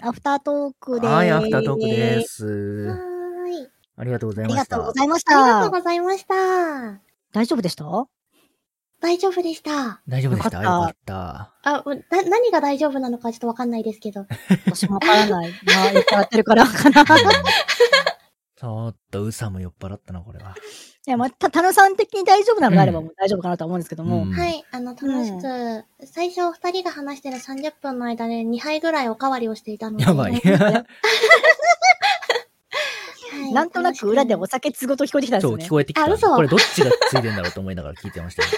アフタートークです。はい、アフタートークではす。ーい。ありがとうござあいりまがした。とうございましありがとた。うございました。大丈夫でしたよ大丈夫でした。大丈夫でした。よよかかった。あ、もうな、何が大丈夫なのかちょっとわかんないですけど。私もわから ない。まあ、酔っ払ってるからか な。いちょっと、うさも酔っ払ったな、これは。や、まあ、た、たのさん的に大丈夫なのであればもう大丈夫かなとは思うんですけど も。うんはい、あの、楽しく、最初お二人が話してる30分の間で2杯ぐらいおかわりをしていたので。やばい。はいなんとなく裏でお楽し酒つごと聞こえてきたんでそすよう、聞ね。こえてきた。あ嘘これどっちがついてんだろうと思いながら聞いてましたよ。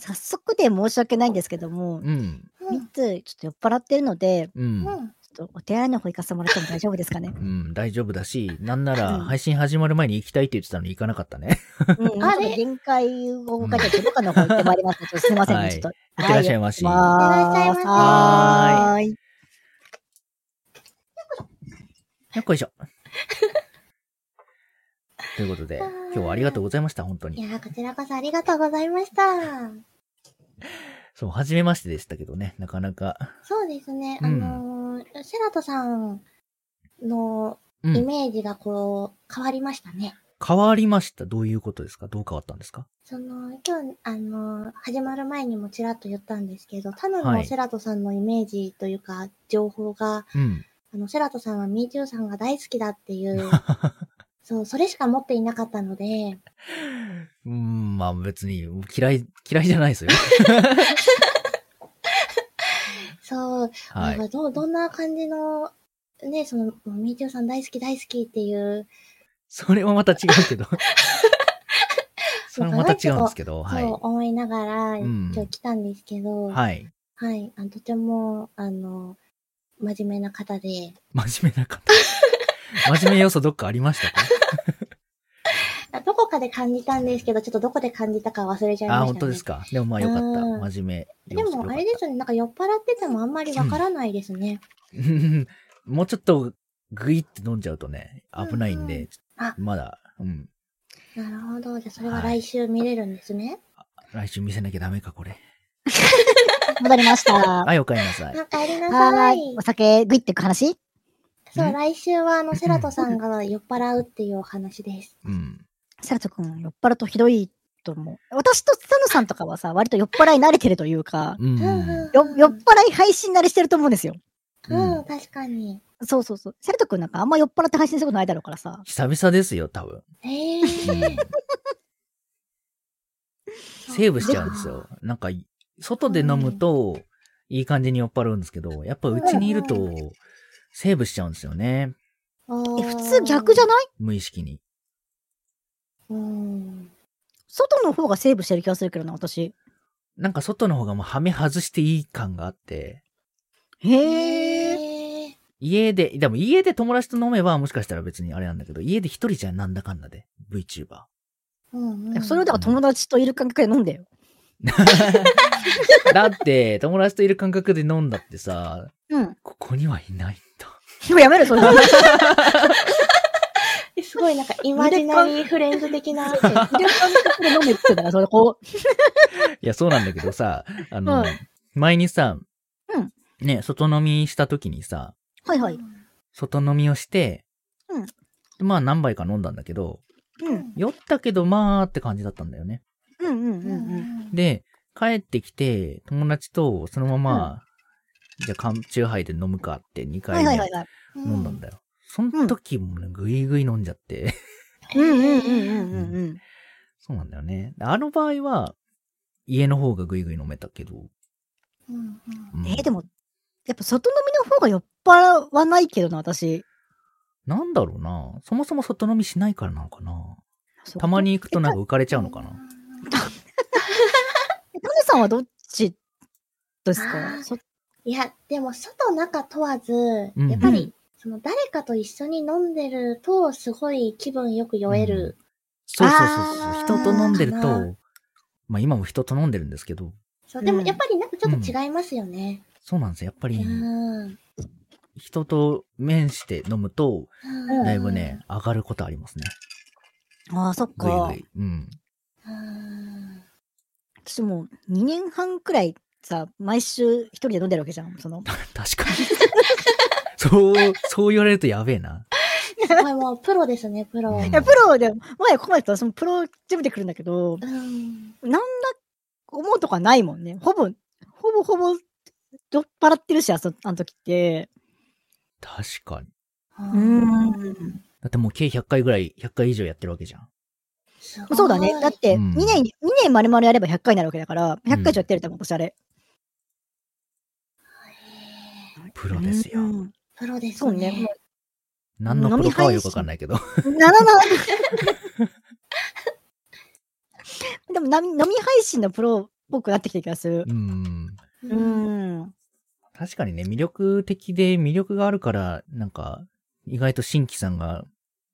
早速で申し訳ないんですけども、うん。く三つ、ちょっと酔っ払ってるので、う。うんん。ちょっとお手洗いの方行かせてもらっても大丈夫ですかね う。ん、大丈夫だし、なんなうらん配信始まる前に行きたいって言ってたのに行かなかったね。うん、ああれれ限界を動かして、自分かの方行ってまいりますので。ちょっとすいませんね、はいちょっと。いってらっしゃいまし。はいい行っってらっしゃていらっしゃいませませ。はーい。よっこいしょ。ということで、今日はありがとうございました、本当いに。やー、こちらこそありがとうございました。そう、初めましてでしたけどね、なかなか。そうですね、うあんのー、セラトさんのうイん。メージがこう、変わりましたね。変わりました。どういうことですかどう変わったんですかその、今日、あの、始まる前にもちらっと言ったんですけど、タヌはのいセラトさんのイメージというか、情報が、うん。あの、セラトさんはミーチューさんが大好きだって いう、そう、それしか持っていなかったので、うん、まあ別に嫌い、嫌いじゃないです よ。そう、はなんい。かどう、どんな感じの、ね、その、ミーチューさん大好き大好きっていう、それはまた違う けど。それはまた違うんですけど、はそうい。思いながら、ん今日来たんですけど、はい、はい。あのとても、あの、真面目な方で、真面目な方。 真面目要素どっかありましたかあどこかで感じたんですけど、ちょっとどこで感じたか忘れちゃいました、ね。あ、本当ですか。でもまあよかった。うん真面目で要素よかっも、た。あれですね、なんか酔っ払っててもあんまりわからないですね。うん もうちょっとグイって飲んじゃうとね、危ないんうんうで、あまだ、うん。なるほど。じゃあ、それは来週見れるんですね。来週見せなきゃダメか、これ。戻りました。はい、おかえりなさい。あ、帰りなはさーいい。。お酒グイってく話そんう、来週は、あの、セラトさんが酔っ払うっていうお話です。うん。セラト君、酔っ払うとひどいと思う。私とサヌさんとかはさ、割と酔っ払い慣れてるというか、うんう。ん、よ酔っう払い配信慣れしてると思うんですよ。ん、ううんん、確かに。そうそうそう。セラト君なんかあんま酔っ払って配信することないだろうからさ。久々ですよ、多分。 へえうんー。 セーブしちゃうんですよ。なんか、外で飲むと、いい感じに酔っ払うんですけど、やっぱうちにいると、セーブしちゃうんですよね。え、普通逆じゃなない無意識に。うん。外の方がセーブしてる気がするけどな、私。なんか外の方がもうハメ外していい感があって、へえ。え。家で、でも家で友達と飲めばもしかしたら別にあれなんだけど、家で一人じゃなんだかんだで、VTuber。うん、うん。それをだから友達といる感覚で飲んでよ。だって、友達といる感覚で飲んだってさ、うん。ここにはいないんだ。やめろ、それ。えすごい、なんか、イマジナリーフレンズ 的な。いうる感覚で飲むって言うんだから、それこう。いや、そうなんだけ どさ、あの、うん前にさ、うんね、外飲みした時にさ、はいはい。外飲みをして、うんでまあ何杯か飲んだんだけど、うん。酔ったけどまあって感じだったんだよね。うんうんうんん。ううん。ん。で、帰ってきて、友達とそのまま、じゃあ缶チューハイで飲むかって2は回いはい目はいはい。飲んだんだよ。その時もね、ぐいぐい飲んじゃって。うんうんうんうんうんうん。そうなんだよね。あの場合は、家の方がぐいぐい飲めたけど。うんうんうんえーでも、やっぱ外飲みの方が酔っ払わないけどな、私。なんだろうな。そもそも外飲みしないからなのかな。たまに行くとなんか浮かれちゃうのかな。え。タネさんはどっちですあかーそいや、でも、外中問わず、んやっぱり、その、誰かと一緒に飲んでると、すごい気分よく酔える。そうそうそうそうあー。人と飲んでるかと、まあ今も人と飲んでるんですけど、そう、でも、うんやっぱり、なんかちょっと違いますよね。そうなんですよ。やっぱうり、ん。人と面して飲むと、うんだいぶね、、上がることありますね。ああ、そっぐいかぐ。い。うん。うん。私もう2年半くらいさ、毎週一人で飲んでるわけじゃん。 その、 確かに。そう、そう言われるとやべえな。すごいもうプロですね、プロう。んいやプロで、前ここまでとそのプロジムで来るんだけど、うん。なんだ、思うとかないもんね。ほぼ、ほぼほぼ、酔っ払ってるし、あそあの時って。確かに。ん。だってもう計100回ぐらい、100回以上やってるわけじゃん。すごいそうだね。だって、う2ん年、二年丸々やれば100回になるわけだから、100回以上やってると思う、私あれ。プロですよ。うんプロですそうね。もね。何のプロかはよくわかんないけど。うならない。でもな、飲み配信のプロっぽくなってきてる気がする。うん。ううんん。確かにね、魅力的で魅力があるから、なんか、意外と新規さんが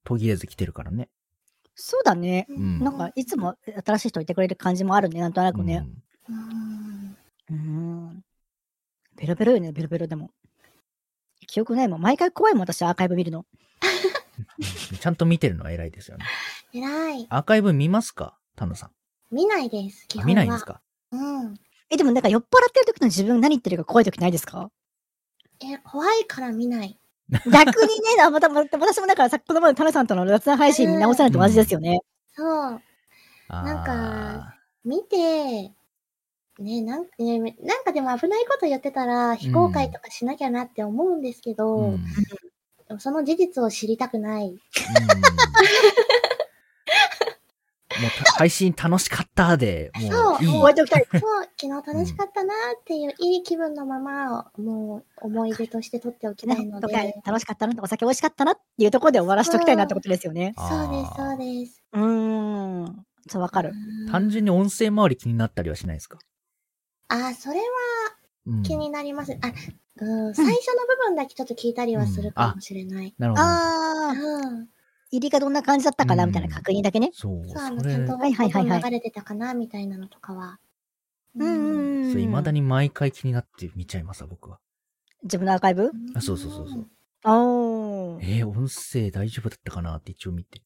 途切れず来てるからね。そうだね。んなんか、いつも新しい人いてくれる感じもあるね、なんとなくね。うんうん。ベロベロよね、ベロベロでも。記憶ないもん。毎回怖いもん、私、アーカイブ見るの。うんちゃんと見てるのは偉いですよ ね。偉い。アーカイブ見ますかタノさん。見ないです。基あ本は。見ないんですかうん。え、でもなんか酔っ払ってる時の自分何言ってるか怖い時ないですかえ、怖いから見ない。逆にね、あまた、また、私もだからさ、この前のタナさんとの雑談配信見直さないと同じですよね。そう。なんか見て、ね、なんねなんかでも危ないこと言ってたら、非公開とかしなきゃなって思うんですけあー、ど、うん。うんでもその事実を知りたくない。もうた配信楽しかったで、もそうういい。終わっておきたい。 そう、昨日楽しかったなっていういい気分のまま、もう思い出として取っておきたいねの、とで。か楽しかったな、お酒美味しかったなっていうところで終わらしておきたいなってことですよね。そうです、あそーうです。うーん。そう、わかる。単純に音声周り気になったりはしないですか、あ、それはうん、気になります。あ、うん、最初の部分だけちょっと聞いたりはするかもしれない。なるほど。あー、うん。入りがどんな感じだったかなみたいな確認だけね。そう、そう、あその、ちれゃん、とはいはいはいはい音流れてたかなみたいなのとかは。うんうん。そう、未だに。に毎回気になって見ちゃいます、僕は。自分のアーカイブあそうそうそうそう。おー。えー、音声大丈夫だったかなって一応見て。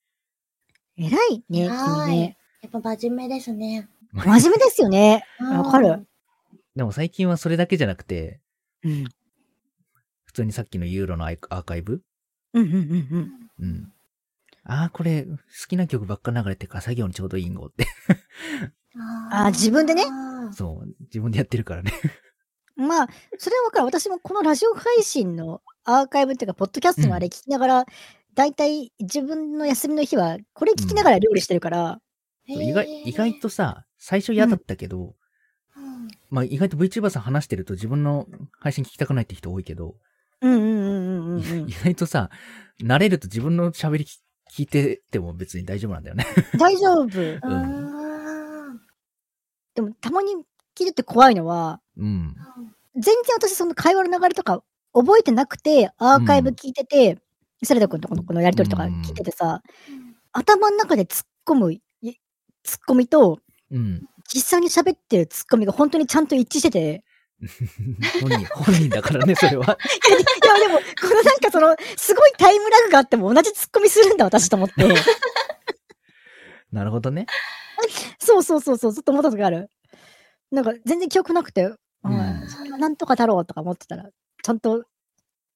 偉いね、君はいね。やっぱ真面目ですね。真面目ですよね。うんわかる。でも最近はそれだけじゃなくて、うん。普通にさっきのユーロのアイアーカイブうんうんうんうん。うん。ああ、これ、好きな曲ばっか流れてるから作業にちょうどいいんごって。 あー自分でねあーそう、自分でやってるからね。まあ、それはわかる。私もこのラジオ配信のアーカイブっていうか、ポッドキャストのあれ聞きながら、だいたい自分の休みの日は、これ聞きながら料理してるから、そう意外、へー意外。とさ、最初嫌だったけど、うんまあ意外と VTuber さん話してると自分の配信聞きたくないって人多いけど、うんうんうんうんうんうん意。外とさ、慣れると自分の喋りき聞いてても別に大丈夫なんだよね。大丈夫。でうんあも、たまに聞いてて怖いのは、うん。全然私その会話の流れとか覚えてなくて、アーカイブ聞いてて、セレド君とこのこのやりとりとか聞いててさ、頭の中で突っ込むい、突っ込みと、うん。実際に喋ってる突っ込みが本当にちゃんと一致して て、本人、本人だからね、それは。いや、でも、このなんかその、すごいタイムラグがあっても同じツッコミするんだ、私と思って。なるほどね。そうそうそうそう、ずっと思った時ある。なんか、全然記憶なくて、うんうんそれはなんとか太郎とか思ってたら、ちゃんと、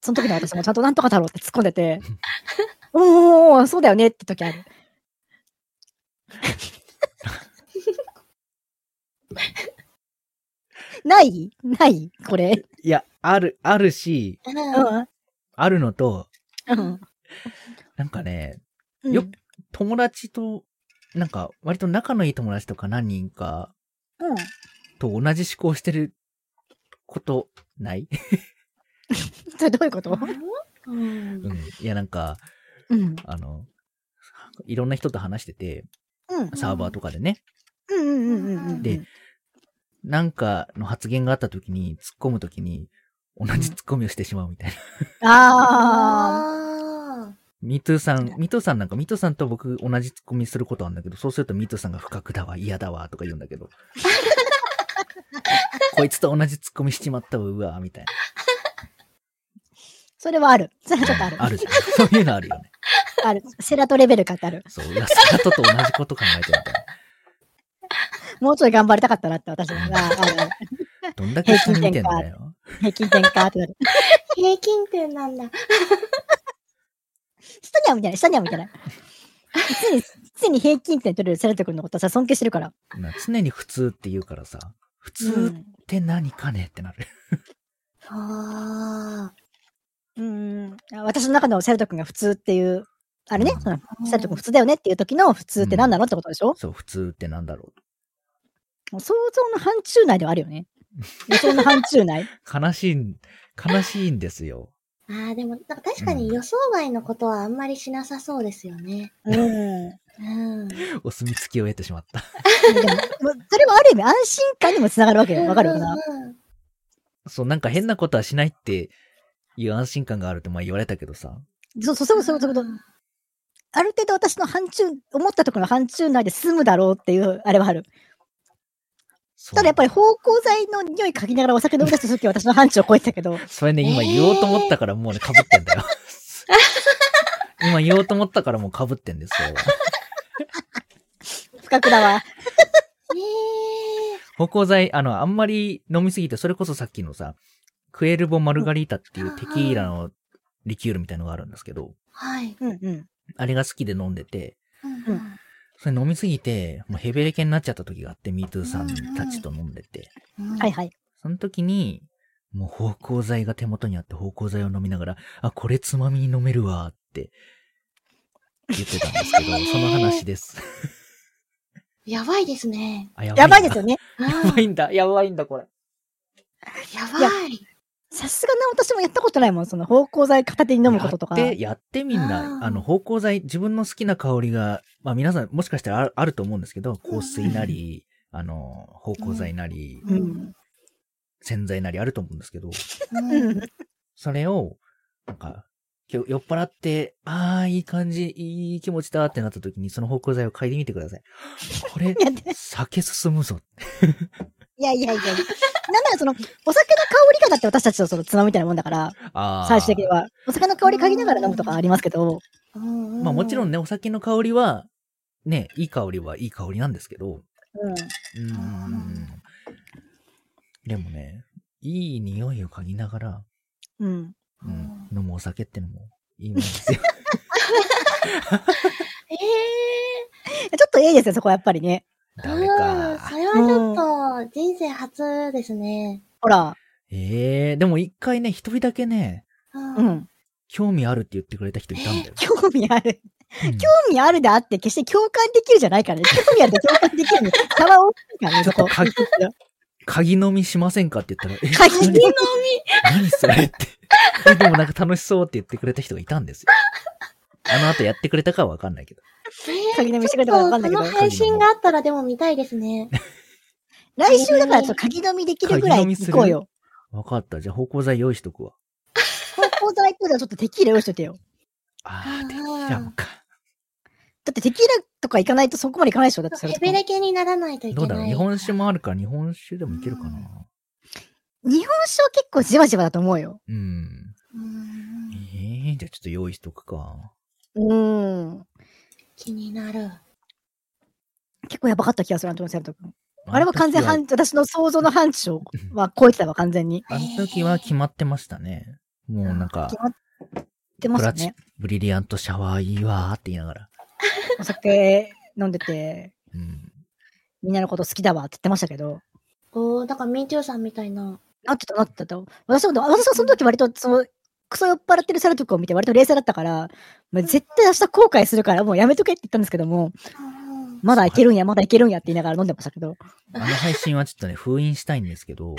その時の私もちゃんとなんとか太郎って突っ込んでて、 おーおーおーそうだよねって時ある。ないないこれ。いや、ある、あるし、ーうんうん。あるのと、うん。なんかね、うんよっ友達と、なんか、割と仲のいい友達とか何人かうん。と同じ思考してること ない、それどういうことうんうん、いや、なんか、うん。あの、いろんな人と話してて、うん。サーバーとかでね、うんうんうんうんうん。で、なんかの発言があった時に、突っ込む時に、同じ突っ込みをしてしまうみたいな。ああ、あミトゥさん、ミトゥさんなんか、ミトゥさんと僕同じ突っ込みすることあるんだけど、そうするとミトゥさんが不覚だわ、嫌だわ、とか言うんだ けど。こいつと同じ突っ込みしちまったわ、うわ、みたいそれはある。それはちょっとなあ。る。あるじゃん。そういうのあるよね。ある。セラトレベルかってある。そう、いや、セラトと同じこと考えてるみたいもうちょい頑張りたかったなって私は。あああるな。どんだけ下見てんだよ。平均点かってなる。平均点なんだ。下にはみたいな、下にはみたいな。常に、常に平均点取れるセラト君のことはさ、尊敬してるから。まあ常に普通って言うからさ、普通って何かねってなる。あうん。私の中のセラト君が普通っていう、あれね、うんそのあ。セラト君普通だよねっていう時の普通って何なのってことでしょ、そう、普通ってなんだろもう想像の範疇内ではあるよね。予想の範疇内。う。悲しいん、悲しいんですよ。あーでも、なんか確かに予想外のことはあんまりしなさそうですよね。うん。うん。お墨付きを得てしまった。でも、それはある意味安心感にもつながるわけよ。わかるかなうんうんそう、なんか変なことはしないっていう安心感があるって前言われたけどさ。そう、そう、そう、そういうこと。ある程度私の範疇、思ったところの範疇内で済むだろうっていう、あれはある。そうただやっぱり芳香剤の匂い嗅ぎながらお酒飲み出した時は私の範疇を超えてたけど、それね、今えー言おうと思ったからもうね、被って んだよ。今言おうと思ったからもう被ってんですよ。深くだわ。え芳香剤、あの、あんまり飲みすぎて、それこそさっきのさ、クエルボ・マルガリータっていうテキーラのリキュールみたいのがあるんですけど、ー、はい。うんうん。あれが好きで飲んでて、うんうそれ飲みすぎて、もうヘベレケになっちゃった時があって、MeToo さんたちと飲んでて、うんはいはい。その時に、もう芳香剤が手元にあって芳香剤を飲みながら、あ、これつまみに飲めるわって言ってたんですけど、その話です。やばいですね。あややばいですよ。よね。うんやばいんだ、やばいんだ、これ。やばい。さすがな私もやったことないもん。その芳香剤片手に飲むこととか。やって、やってみんあな、ーあの、芳香剤、自分の好きな香りが、まあ皆さんもしかしたらあるあると思うんですけど、香水なり、あの、芳香剤なり、うん洗剤なりあると思うんですけど、うんうん。 それを、なんか、今日酔っ払って、ああ、いい感じ、いい気持ちだってなった時に、その芳香剤を嗅いでみてください。これい、やで酒進むぞ。いやいやいや。なんならその、お酒の香りがだって私たちとそのつまみみたいなもんだから、ああ。最終的には。お酒の香り嗅ぎながら飲むとかありますけど、うんうんまあもちろんね、お酒の香りは、ね、いい香りはいい香りなんですけど、うん。うーんでもね、いい匂いを嗅ぎながら、うん。ううんん、飲むお酒ってのもいいもん ですよ。えちょっといいですよ、そこはやっぱりね。えダメうんかそ。れはちょっと人生初ですね。ほら。ええでも一回ね、一人だけね、う。うんん。興味あるって言ってくれた人いたんだよ。興味ある。うん興味あるであって、決して共感できるじゃないからね。興味あるで共感できるに差は大きいからね、そこ。ちょっ と鍵飲みしませんかって言ったら、え、鍵飲み何何それって。えでもなんか楽しそうって言ってくれた人がいたんですよ。あの後やってくれたかはわかんないけど。鍵飲みしてくえれー、たちかょわっかとんこないけどの。配信があったらでも見たいですね。来週だから、鍵飲みできるぐらい行こう よ。わかった。じゃあ、芳香剤用意しとくわ。高校剤行くのはちょっとテキーラ用意しといてよ。ああ、でうきんたのか。だってテキーラとか行かないとそこまで行かないでしょ。だってそれヘベレケにならないといけどうない。だろう日本酒もあるから日本酒でもいけるかな。日本酒は結構じわじわだと思うよ。うん。うんええじゃあちょっと用意しとくか。うーん。気になる。結構やばかった気がする、アントニオ・セルト君。あれは完全範、私の想像の範疇うんは超えてたわ、完全に。あの時は決まってましたね。もうなんか決、まってまプすラよチ、ね。ブリリアントシャワーいいわーって言いながら。お酒飲んでて、うん。みんなのこと好きだわって言ってましたけど、おー、だからミンチューさんみたいな。なってたなってたと。私も、私はその時割と、その、クソ酔っ払ってるサルト君を見て割と冷静だったから、まあ、絶対明日後悔するからもうやめとけって言ったんですけども、まだいけるんや、まだいけるんやって言いながら飲んでましたけど、あの配信はちょっとね、封印したいんですけど、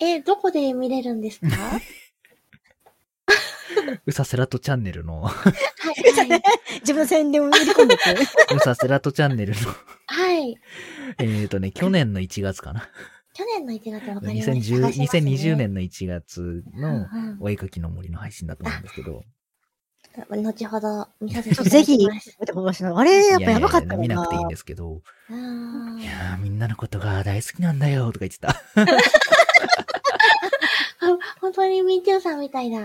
え、どこで見れる んですかはうさセラトチャンネルの、い、はい。自分の宣伝を入れ込んで て、うさセラトチャンネルの、 はい。えっとね、去年の1月かな。去年の1月わかりました。 2010探しますね2020。年の1月のうんうんお絵描きの森の配信だと思うんですけど、後ほど見させていただきます。ぜひ、見てほしいなあれ、やっぱやばかっいたいい見ななくていいんですけど、うんいやーみんなのことが大好きなんだよとか言ってた。あ本当にミンチューさんみたいだ。い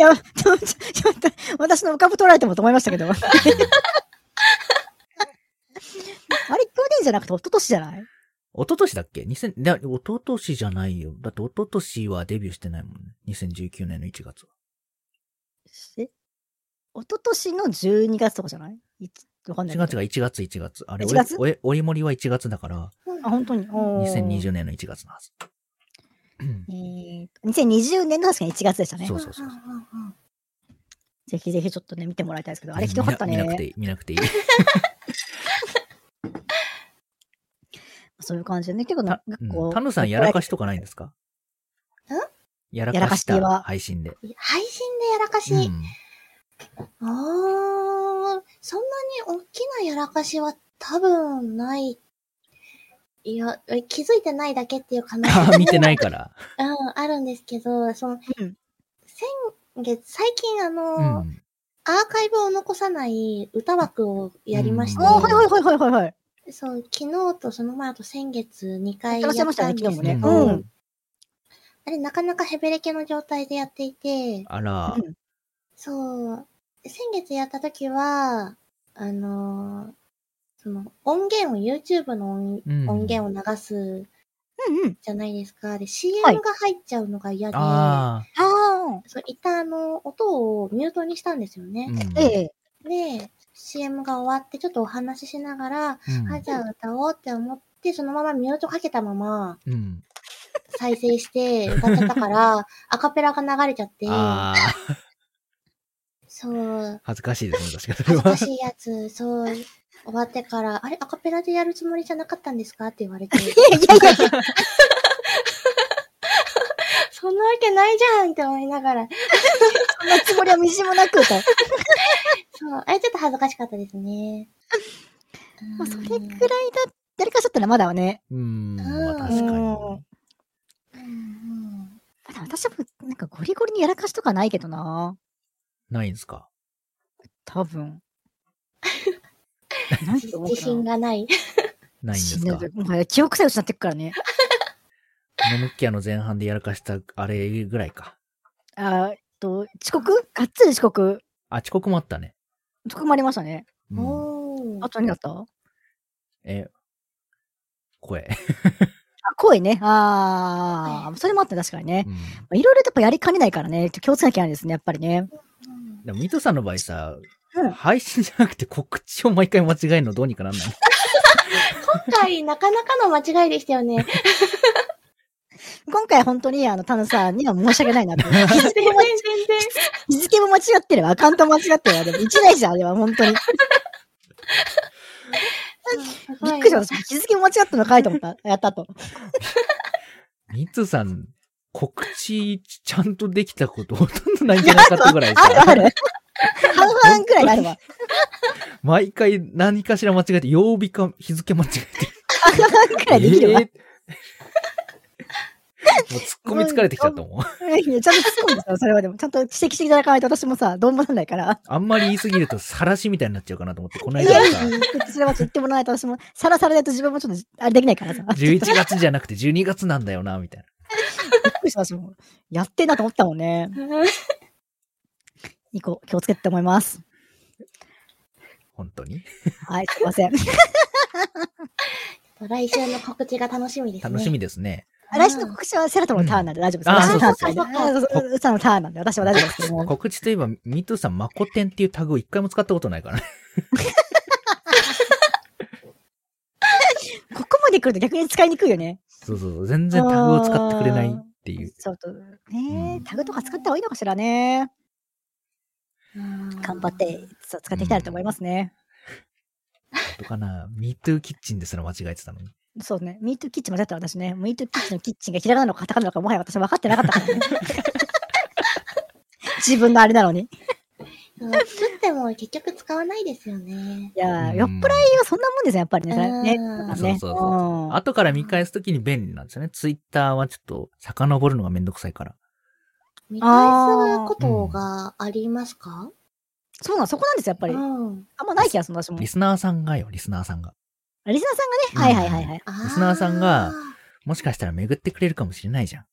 や、ちょ、ちょ、ちょっと、私のお株取られてもと思いましたけど。あれ、去年じゃなくて一昨年じゃない一昨年だっけ ?2000、いや一昨年じゃないよ。だって一昨年はデビューしてないもんね。2019年の1月は。え一昨年の12月とかじゃないいつわかんない違けうど。違う、1月1月。あれ、 1月おえおえおいもりは1月だから、あ、本当に。おー2020年の1月のはず。えーと2020年の確かに1月でしたねそ。うそうそうそう。ぜひぜひちょっとね、見てもらいたいですけど、あれひどかった見な見なくてね。いい、見なくていい。そういう感じでね。結構なた、結構。タヌさんやらかしとかないんですかやらかやしらかし系たは配信で。配信でやらかし、うん あー、そんなに大きなやらかしは多分ない。いや、え気づいてないだけっていう 可能性あ見てないから。うん、あるんですけど、その、うん先月、最近あの、うアーん。カイブを残さない歌枠をやりましおて、ーうんはいはいはいはいはいはい。そう、昨日とその前あと先月2回やっやってらっしゃたいましたねんですけ昨日もど、ねうんあれなかなかヘベレケの状態でやっていて、あらう、んそう。先月やった時は、あのーその音源を YouTube の音,、うん音源を流すうんうん。じゃないですか。で、CM はいが入っちゃうのが嫌で、ああそう一旦あの、音をミュートにしたんですよあ、ねう。んあ。ええ。で、CM が終わってちょっとお話ししながら、うんあ、じゃあ歌おうって思って、そのままミュートかけたままうん。再生して歌っちゃった から、アカペラが流れちゃって、ああ、そう、恥ずかしいですね、確か恥ずにかしいやつ、そう、終わってから、あれ、アカペラでやるつもりじゃなかったんですかって言わ れて、いやいやいやいや。そんなわけないじゃんって思いながら、そんなつもりはみじもなく と。そう、あれちょっと恥ずかしかったですね。まあ、それくらいだい。、誰かしちゃったらまだはね。うん、うまあん確かに。うんうんまだ私もなんかゴリゴリにやらかしとかないけどな。ないんですか多 分。ないと思うけ自ど信がない。ないんです信かじないもう記憶さえ失ってくからね。モノッキアの前半でやらかしたあれぐらいか。あーえっと、遅刻がっつり遅刻。あ、遅刻もあったね。遅刻もありましたね。うん、おーあと何だったあ、え、声。声ね。ああ、それもあった確かにね。うんまあいろいろとやっぱやりかねないからね。ちょっと気をつけなきゃいけないですね、やっぱりね。うんでも、ミトさんの場合さ、うん配信じゃなくて告知を毎回間違えるのどうに かなんない今回、なかなかの間違いでしたよね。今回本当に、あの、タヌさんには申し訳ないなって。全然、全然。日付も間違ってれば、アカウントも間違ってれば、でも一大事だ、あれは本当に。びっすごいくりした、私日付も間違ったのかいと思った。やったと。ミツさん、告知ちゃんとできたことほとんどないんじゃないかってぐらい あるあさ、る。半々くらいあるわ。毎回何かしら間違えて、曜日か日付間違半々くらえいて。でき るわ。えーもう突っ込み疲れてきちゃったもん。いやちゃんと突っ込んでさ、それはでも。ちゃんと指摘していただかないと私もさ、どうもなんないから。あんまり言いすぎると、晒しみたいになっちゃうかなと思って、このい間や、いいさ、 それはちょっと言ってもらわないと私も、さらさらだと自分もちょっと、あれできないからさ。びっ11月じゃなくて12月なんだよな、みたいな。くりした、私も。やってんなと思ったもんね。以降、気をつけてと思います。本当に。はい、すいま せん。来週の告知が楽しみですね。楽しみですね。来週の告知はセラトのターンなんで大丈夫です。うんあ私のターンそうなんであそそうそううそううさのターンなんで、私は大丈夫ですけども。告知といえば、ミトさん、マコテンっていうタグを一回も使ったことないからね。ここまで来ると逆に使いにくいよね。そうそうそう、全然タグを使ってくれないっていう。ちょっと、うねんタグとか使った方がいいのかしらね。うん。頑張って、そう使っていきたいと思いますね。とかな、MeToo キッチンですら間違えてたのに。そうね。ミートキッチン間違った私ね。ミートキッチンのキッチンがひらがなのかカタカナなのかもはや私分かってなかった からね。自分のあれなのに。いそう。作っても結局使わないですよね。やー、うん酔っ払いはそんなもんですよ、やっぱりね。うんねそうそうそううん後から見返すときに便利なんですよね。ツイッターはちょっと遡るのがめんどくさいから。見返すことがありますかそうなん、そこなんですよ、やっぱり。うん。あんまない気がする、私も。リリススナーさんがよ、リスナーさんが。ナーさんがね、はいはいはいはい。あリスナーさんがもしかしたら巡ってくれるかもしれないじゃ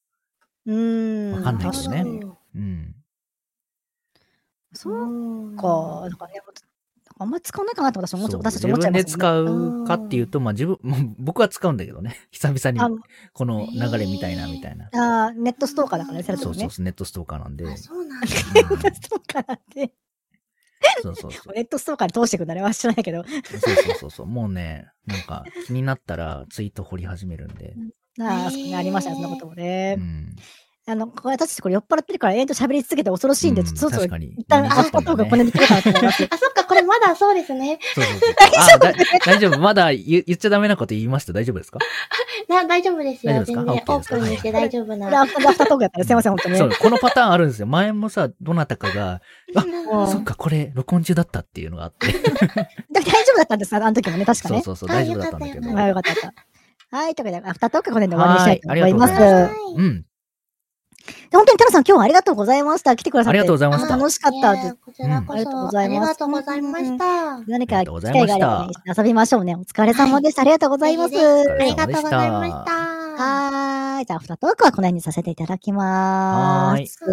うーん。わかんないけどね確かにん。うん。そううか、だからね、かあんまり使わないかなって私思っちゃそうう私たち自思っちゃい分まですよね。使うかっていうと、まあ自分、 もう僕は使うんだけどね。 久々にこの流れみたいな、みたいな。あーネットストーカーだからね、セラトそう君そねう。そう、ネットストーカーなんで。あ、そうなんうんだ。ネットストーカーなんて、そうそうそう。ネットストーカーに通してくんだね、わし知らないけど。そうそうそうそう。もうね、なんか気になったらツイート掘り始めるんで。なへーあ、そこにありましたね、そんなこともうね。ん。あの、これ私たちこれ酔っ払ってるから、永遠と喋り続けて恐ろしいんで、うんちょっとそろそ確ろかに一旦、 20アフタートークをこれに切ろうかなと思います。あ、そっか、これまだそうですね。そ うそうそう。あだ大丈夫。まだ言言っちゃダメなこと言いました。大丈夫ですかな、大丈夫ですよ。大丈夫全ですか然あ OK でオーすかプンにして大丈夫こな。れアフターアフタートークだ ったら、すいません、本当にそう、ね。このパターンあるんですよ。前もさ、どなたかが、あうんそっか、これ、録音中だったっていうのがあって。だ大丈夫だったんです、あの時もね、確かそうね。そうそう、あ大丈夫だったんだけど。よはい、よかったよかった。はい、というわけで、アフタートークはこの辺で終わりにしたいと思います。はいありがとうございでまうん、本当に、タラさん、今日はありがとうございました。来てくださって。ありがとうございまあしのた。楽しかったです。こちらうんこありがとうごそ、ざあいりますがとうございました。何あかりがとうご機ざいま会がしあたれば、ね、遊びましょうね。お疲れ様でした。ありがとうございます。ぜひぜはひありお疲がれと様でしうごたざいました。ーい。じゃあ、アフタートークはこの辺にさせていただきまはーーいす。